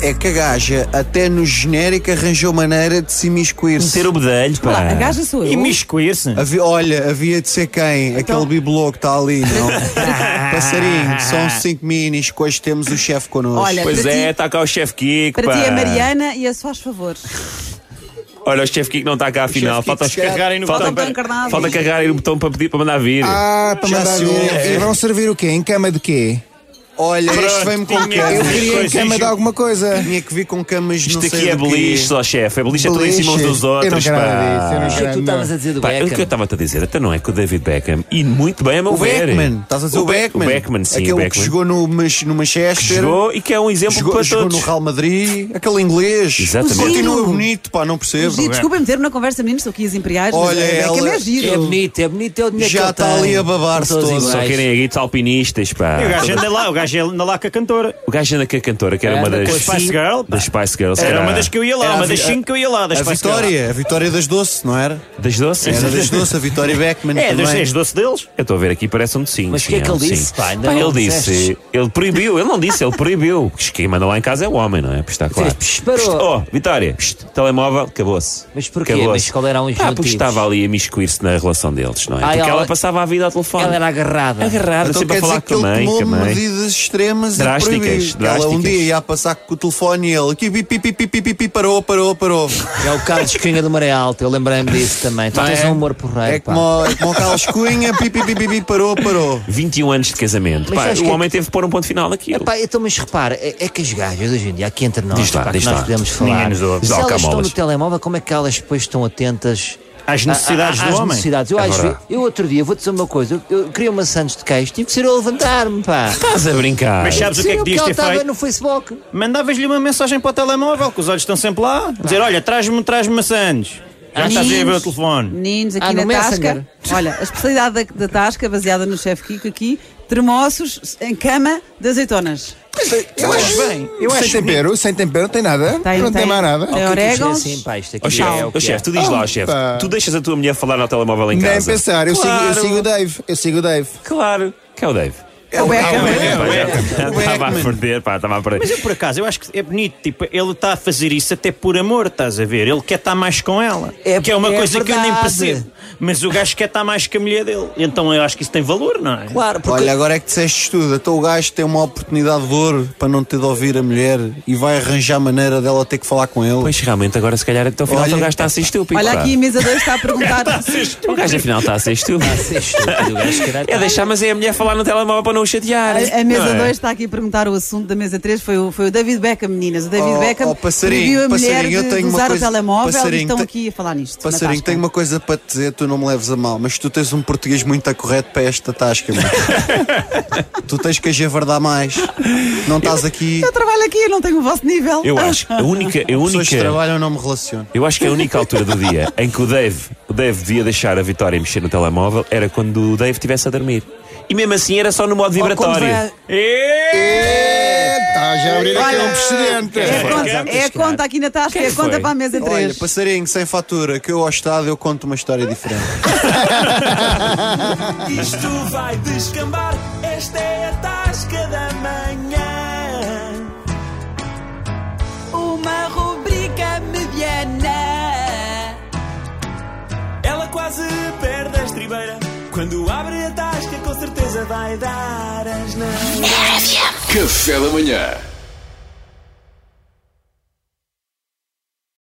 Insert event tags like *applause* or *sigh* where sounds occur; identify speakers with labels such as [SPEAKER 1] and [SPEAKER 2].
[SPEAKER 1] É que a gaja, até no genérico, arranjou maneira de se
[SPEAKER 2] Meter
[SPEAKER 1] imiscuir-se.
[SPEAKER 2] o bedelho, pá.
[SPEAKER 3] Lá, a gaja sou eu.
[SPEAKER 2] E miscuir-se.
[SPEAKER 1] Havia- olha, havia de ser quem? Aquele bibelô que está ali, não? Passarinho, são cinco minis, que hoje temos o chefe connosco.
[SPEAKER 3] Olha,
[SPEAKER 2] Pois
[SPEAKER 3] para
[SPEAKER 2] é,
[SPEAKER 3] ti,
[SPEAKER 2] está cá o chefe Kiko,
[SPEAKER 3] para
[SPEAKER 2] pá.
[SPEAKER 3] ti é Mariana e a só aos favores.
[SPEAKER 2] Olha, o chefe Kiko não está cá afinal.
[SPEAKER 1] chefe
[SPEAKER 2] Falta
[SPEAKER 1] Kiko chega.
[SPEAKER 2] carregarem no
[SPEAKER 3] Falta
[SPEAKER 2] botão.
[SPEAKER 3] o botão encarnado.
[SPEAKER 2] Falta carregarem no botão para pedir para mandar vir.
[SPEAKER 4] Ah, para
[SPEAKER 1] Já
[SPEAKER 4] mandar
[SPEAKER 1] se ouve.
[SPEAKER 4] vir. E vão servir o quê? Em cama de quê?
[SPEAKER 1] É. Olha, este vem-me com
[SPEAKER 2] tinha
[SPEAKER 4] Eu
[SPEAKER 1] camas.
[SPEAKER 2] que-
[SPEAKER 4] queria em
[SPEAKER 2] coisinha.
[SPEAKER 4] cama de alguma coisa.
[SPEAKER 1] Tinha que vir com camas não
[SPEAKER 2] Isto
[SPEAKER 1] sei
[SPEAKER 2] aqui é
[SPEAKER 1] do quê.
[SPEAKER 2] beliche, só chefe. É beliche, é tudo em cima uns dos
[SPEAKER 4] Eu não
[SPEAKER 2] outros,
[SPEAKER 4] quero nada disso, eu
[SPEAKER 2] pá.
[SPEAKER 4] não quero
[SPEAKER 5] Tu
[SPEAKER 4] nada.
[SPEAKER 5] estavas a dizer do
[SPEAKER 2] Pá, é o que eu
[SPEAKER 5] Beckham.
[SPEAKER 2] estava-te a dizer, até não é que o David Beckham, e muito bem a meu
[SPEAKER 1] O
[SPEAKER 2] ver.
[SPEAKER 1] Beckman, estás a dizer o,
[SPEAKER 2] Be-
[SPEAKER 1] Beckman?
[SPEAKER 2] O Beckman, sim,
[SPEAKER 1] Aquele
[SPEAKER 2] o
[SPEAKER 1] que
[SPEAKER 2] Beckman.
[SPEAKER 1] jogou no, Mas- no Manchester.
[SPEAKER 2] Jogou e que é um exemplo
[SPEAKER 1] Jogou,
[SPEAKER 2] para
[SPEAKER 1] jogou
[SPEAKER 2] todos.
[SPEAKER 1] no Real Madrid, aquele inglês.
[SPEAKER 2] Exatamente.
[SPEAKER 1] Continua
[SPEAKER 3] Giro.
[SPEAKER 1] bonito, pá, não percebo. é.
[SPEAKER 3] Giro, Desculpem meter na conversa, meninos, estou aqui as imperiais.
[SPEAKER 1] Olha,
[SPEAKER 3] mas é,
[SPEAKER 1] ela-
[SPEAKER 3] é giro.
[SPEAKER 5] É bonito, é bonito, é o dinheiro
[SPEAKER 1] Já
[SPEAKER 5] que ele
[SPEAKER 1] está
[SPEAKER 5] tem.
[SPEAKER 1] ali a babar-se
[SPEAKER 5] São todos
[SPEAKER 1] todo.
[SPEAKER 2] Só
[SPEAKER 5] iguais.
[SPEAKER 2] querem aqui alpinistas, pá.
[SPEAKER 6] O gajo anda lá, o gajo anda lá com a cantora.
[SPEAKER 2] O gajo anda com a cantora, que era
[SPEAKER 5] É,
[SPEAKER 2] uma
[SPEAKER 5] anda
[SPEAKER 2] das.
[SPEAKER 5] com a
[SPEAKER 6] Spice Girl, pá.
[SPEAKER 2] Das Spice Girls.
[SPEAKER 6] Era uma das que eu ia
[SPEAKER 2] era
[SPEAKER 6] lá,
[SPEAKER 2] a
[SPEAKER 6] uma das
[SPEAKER 2] vi-
[SPEAKER 6] cinco que eu ia lá, das
[SPEAKER 1] A
[SPEAKER 6] Spice Girls.
[SPEAKER 1] vitória, a vitória das doce, não era?
[SPEAKER 2] Das doces?
[SPEAKER 1] Era das doce, a vitória Beckman.
[SPEAKER 6] É,
[SPEAKER 1] também.
[SPEAKER 6] dos és doce deles.
[SPEAKER 2] Eu estou a ver aqui, parece um docinho.
[SPEAKER 5] Mas o
[SPEAKER 2] sim,
[SPEAKER 5] que é que
[SPEAKER 2] um
[SPEAKER 5] ele disse?
[SPEAKER 2] docinho.
[SPEAKER 5] Pá, ainda
[SPEAKER 2] Pá,
[SPEAKER 5] não
[SPEAKER 2] ele disse,
[SPEAKER 5] disseste.
[SPEAKER 2] ele proibiu, ele não disse, ele
[SPEAKER 5] *laughs*
[SPEAKER 2] proibiu. Porque quem manda lá em casa é o homem, não é? Pois está claro.
[SPEAKER 5] Fez, psh, parou.
[SPEAKER 2] Psst, Oh, Vitória, psst, telemóvel, acabou-se.
[SPEAKER 5] Mas porquê?
[SPEAKER 2] Acabou-se.
[SPEAKER 5] Mas qual eram os
[SPEAKER 2] Ah, porque
[SPEAKER 5] motivos?
[SPEAKER 2] estava ali a miscuir-se na relação deles, não é?
[SPEAKER 5] Ah,
[SPEAKER 2] porque ela...
[SPEAKER 5] ela-
[SPEAKER 2] passava a vida ao telefone.
[SPEAKER 5] Ela era agarrada.
[SPEAKER 2] agarrada,
[SPEAKER 1] Então
[SPEAKER 2] sempre
[SPEAKER 1] quer
[SPEAKER 2] a falar
[SPEAKER 1] dizer
[SPEAKER 2] com
[SPEAKER 1] que
[SPEAKER 2] a
[SPEAKER 1] ele
[SPEAKER 2] mãe,
[SPEAKER 1] tomou
[SPEAKER 2] com a mãe.
[SPEAKER 1] medidas extremas
[SPEAKER 2] Drásticas,
[SPEAKER 1] e proibiu. Ela um
[SPEAKER 2] drásticas.
[SPEAKER 1] dia ia a passar com o telefone e ele aqui pi, pi, pi, pi, pi, pi, parou, parou, parou.
[SPEAKER 5] É o Carlos Cunha do Maré Alto, eu lembrei-me disso também. Tu
[SPEAKER 1] Pá,
[SPEAKER 5] tens
[SPEAKER 1] é-
[SPEAKER 5] um humor porreiro,
[SPEAKER 1] É
[SPEAKER 5] pá.
[SPEAKER 1] como, é como o Carlos Cunha, pi, pi, pi, pi, pi, parou, parou.
[SPEAKER 2] 21 anos de casamento.
[SPEAKER 5] Mas
[SPEAKER 2] Pá,
[SPEAKER 5] sabes
[SPEAKER 2] o
[SPEAKER 5] que-
[SPEAKER 2] homem teve que pôr um ponto final naquilo.
[SPEAKER 5] Pá, então, mas repara, é, é que as gajas hoje em dia, aqui entre nós,
[SPEAKER 2] Diz lá,
[SPEAKER 5] pá, que
[SPEAKER 2] diz
[SPEAKER 5] nós
[SPEAKER 2] lá.
[SPEAKER 5] podemos
[SPEAKER 2] Ninguém
[SPEAKER 5] falar.
[SPEAKER 2] nos dá-
[SPEAKER 5] Se
[SPEAKER 2] dá
[SPEAKER 5] elas estão
[SPEAKER 2] alcamolas.
[SPEAKER 5] no telemóvel, como é que elas depois estão atentas
[SPEAKER 6] Às
[SPEAKER 5] a- a-
[SPEAKER 6] necessidades
[SPEAKER 5] às
[SPEAKER 6] do homem.
[SPEAKER 5] necessidades? Eu,
[SPEAKER 2] É
[SPEAKER 5] às
[SPEAKER 2] verdade.
[SPEAKER 5] ve- eu outro dia, vou-te dizer uma coisa, eu, eu queria uma Santos de queijo, tive que ser eu a levantar-me, pá.
[SPEAKER 2] Estás a brincar.
[SPEAKER 6] Mas sabes o
[SPEAKER 5] Sim,
[SPEAKER 6] que é que
[SPEAKER 5] porque
[SPEAKER 6] devias
[SPEAKER 5] ela
[SPEAKER 6] ter
[SPEAKER 5] estava
[SPEAKER 6] feito?
[SPEAKER 5] no Facebook.
[SPEAKER 6] Mandavas-lhe uma mensagem para o telemóvel, que os olhos estão sempre lá. Dizer, olha, traz-me, traz-me maçãs. Já estás a ver o telefone.
[SPEAKER 3] Meninos, aqui
[SPEAKER 5] Ah,
[SPEAKER 3] na
[SPEAKER 5] no
[SPEAKER 3] Tasca.
[SPEAKER 5] Messenger.
[SPEAKER 3] Olha, a especialidade da, da Tasca, baseada no chefe Kiko aqui, termoços em cama de azeitonas.
[SPEAKER 4] Eu acho bem. sem tempero, sem tempero, não tem nada.
[SPEAKER 3] Tá
[SPEAKER 4] não tem, mais nada.
[SPEAKER 3] Tem
[SPEAKER 5] Tem que dizer
[SPEAKER 3] orégãos.
[SPEAKER 5] assim, pá, isto aqui
[SPEAKER 2] Ó
[SPEAKER 5] é
[SPEAKER 2] chefe,
[SPEAKER 5] o
[SPEAKER 2] ó,
[SPEAKER 5] que
[SPEAKER 2] chefe,
[SPEAKER 5] é.
[SPEAKER 2] tu diz lá, ó, chefe.
[SPEAKER 4] Opa.
[SPEAKER 2] Tu deixas a tua mulher falar no telemóvel em
[SPEAKER 4] Nem
[SPEAKER 2] casa.
[SPEAKER 4] pensar, eu,
[SPEAKER 2] Claro.
[SPEAKER 4] sigo, eu sigo o Dave. Eu sigo o Dave.
[SPEAKER 2] Claro. Que é o Dave.
[SPEAKER 3] o Beckham.
[SPEAKER 2] É *laughs*
[SPEAKER 1] É
[SPEAKER 2] Estava a perder, pá, estava a perder.
[SPEAKER 6] Mas eu, por acaso, eu acho que é bonito. Tipo, ele está a fazer isso até por amor, estás a ver? Ele quer estar mais com ela.
[SPEAKER 5] É-
[SPEAKER 6] que é uma
[SPEAKER 5] é
[SPEAKER 6] coisa que eu nem
[SPEAKER 5] verdade.
[SPEAKER 6] percebo. Mas o gajo quer estar mais com a mulher dele. Então eu acho que isso tem valor, não é?
[SPEAKER 5] Claro, porque
[SPEAKER 1] Olha, agora é que disseste tudo. Então o gajo tem uma oportunidade de ouro para não ter de ouvir a mulher e vai arranjar maneira dela ter que falar com ele.
[SPEAKER 2] Pois realmente, agora se calhar até ao final então
[SPEAKER 1] Olha-
[SPEAKER 2] o gajo está a ser estúpido.
[SPEAKER 3] Olha
[SPEAKER 2] pá.
[SPEAKER 3] aqui, a mesa 2 está a perguntar.
[SPEAKER 2] O gajo afinal está a ser estúpido.
[SPEAKER 3] *laughs*
[SPEAKER 5] Sim, estúpido, o gajo, caralho.
[SPEAKER 2] É deixar, mas é a mulher falar no telemóvel para não o chatear.
[SPEAKER 3] A, a mesa
[SPEAKER 2] Não é?
[SPEAKER 3] 2 está aqui a perguntar o assunto da mesa 3. Foi o, foi o David Beckham, meninas. O David
[SPEAKER 1] Oh,
[SPEAKER 3] Beckham
[SPEAKER 1] oh, passarinho,
[SPEAKER 3] proibiu a mulher
[SPEAKER 1] passarinho, eu
[SPEAKER 3] de
[SPEAKER 1] tenho uma
[SPEAKER 3] usar
[SPEAKER 1] coisa-
[SPEAKER 3] o telemóvel e
[SPEAKER 1] passarinho,
[SPEAKER 3] estão
[SPEAKER 1] te-
[SPEAKER 3] aqui a falar nisto. na
[SPEAKER 1] Passarinho,
[SPEAKER 3] tasca.
[SPEAKER 1] tenho uma coisa para te dizer, tu não me leves a mal, mas tu tens um português muito acorreto para esta tasca,
[SPEAKER 3] *laughs*
[SPEAKER 1] mano. tu tens que agevardar mais. Não estás aqui.
[SPEAKER 3] Eu trabalho aqui, eu não tenho o vosso nível. Ah,
[SPEAKER 2] Eu acho que a única. A
[SPEAKER 1] Pessoas que
[SPEAKER 2] única
[SPEAKER 1] trabalham não me relaciono.
[SPEAKER 2] eu acho que é a única altura do dia em que o Dave, o Dave devia deixar a Vitória mexer no telemóvel era quando o Dave estivesse a dormir. E mesmo assim era só no modo vibratório.
[SPEAKER 5] vai-
[SPEAKER 4] Está já a abrir aqui
[SPEAKER 3] Olha,
[SPEAKER 4] um precedente.
[SPEAKER 3] É a conta, é a conta aqui na tasca, é a conta
[SPEAKER 2] foi?
[SPEAKER 3] para a mesa
[SPEAKER 1] Olha,
[SPEAKER 3] 3.
[SPEAKER 1] passarinho, sem fatura, que eu ao Estado eu conto uma história diferente.
[SPEAKER 7] Isto vai descambar, esta é a tasca da manhã.
[SPEAKER 3] Uma rubrica mediana.
[SPEAKER 7] Ela quase perde a estribeira. Quando abre a tasca, com certeza vai dar asneira.
[SPEAKER 8] Café da manhã.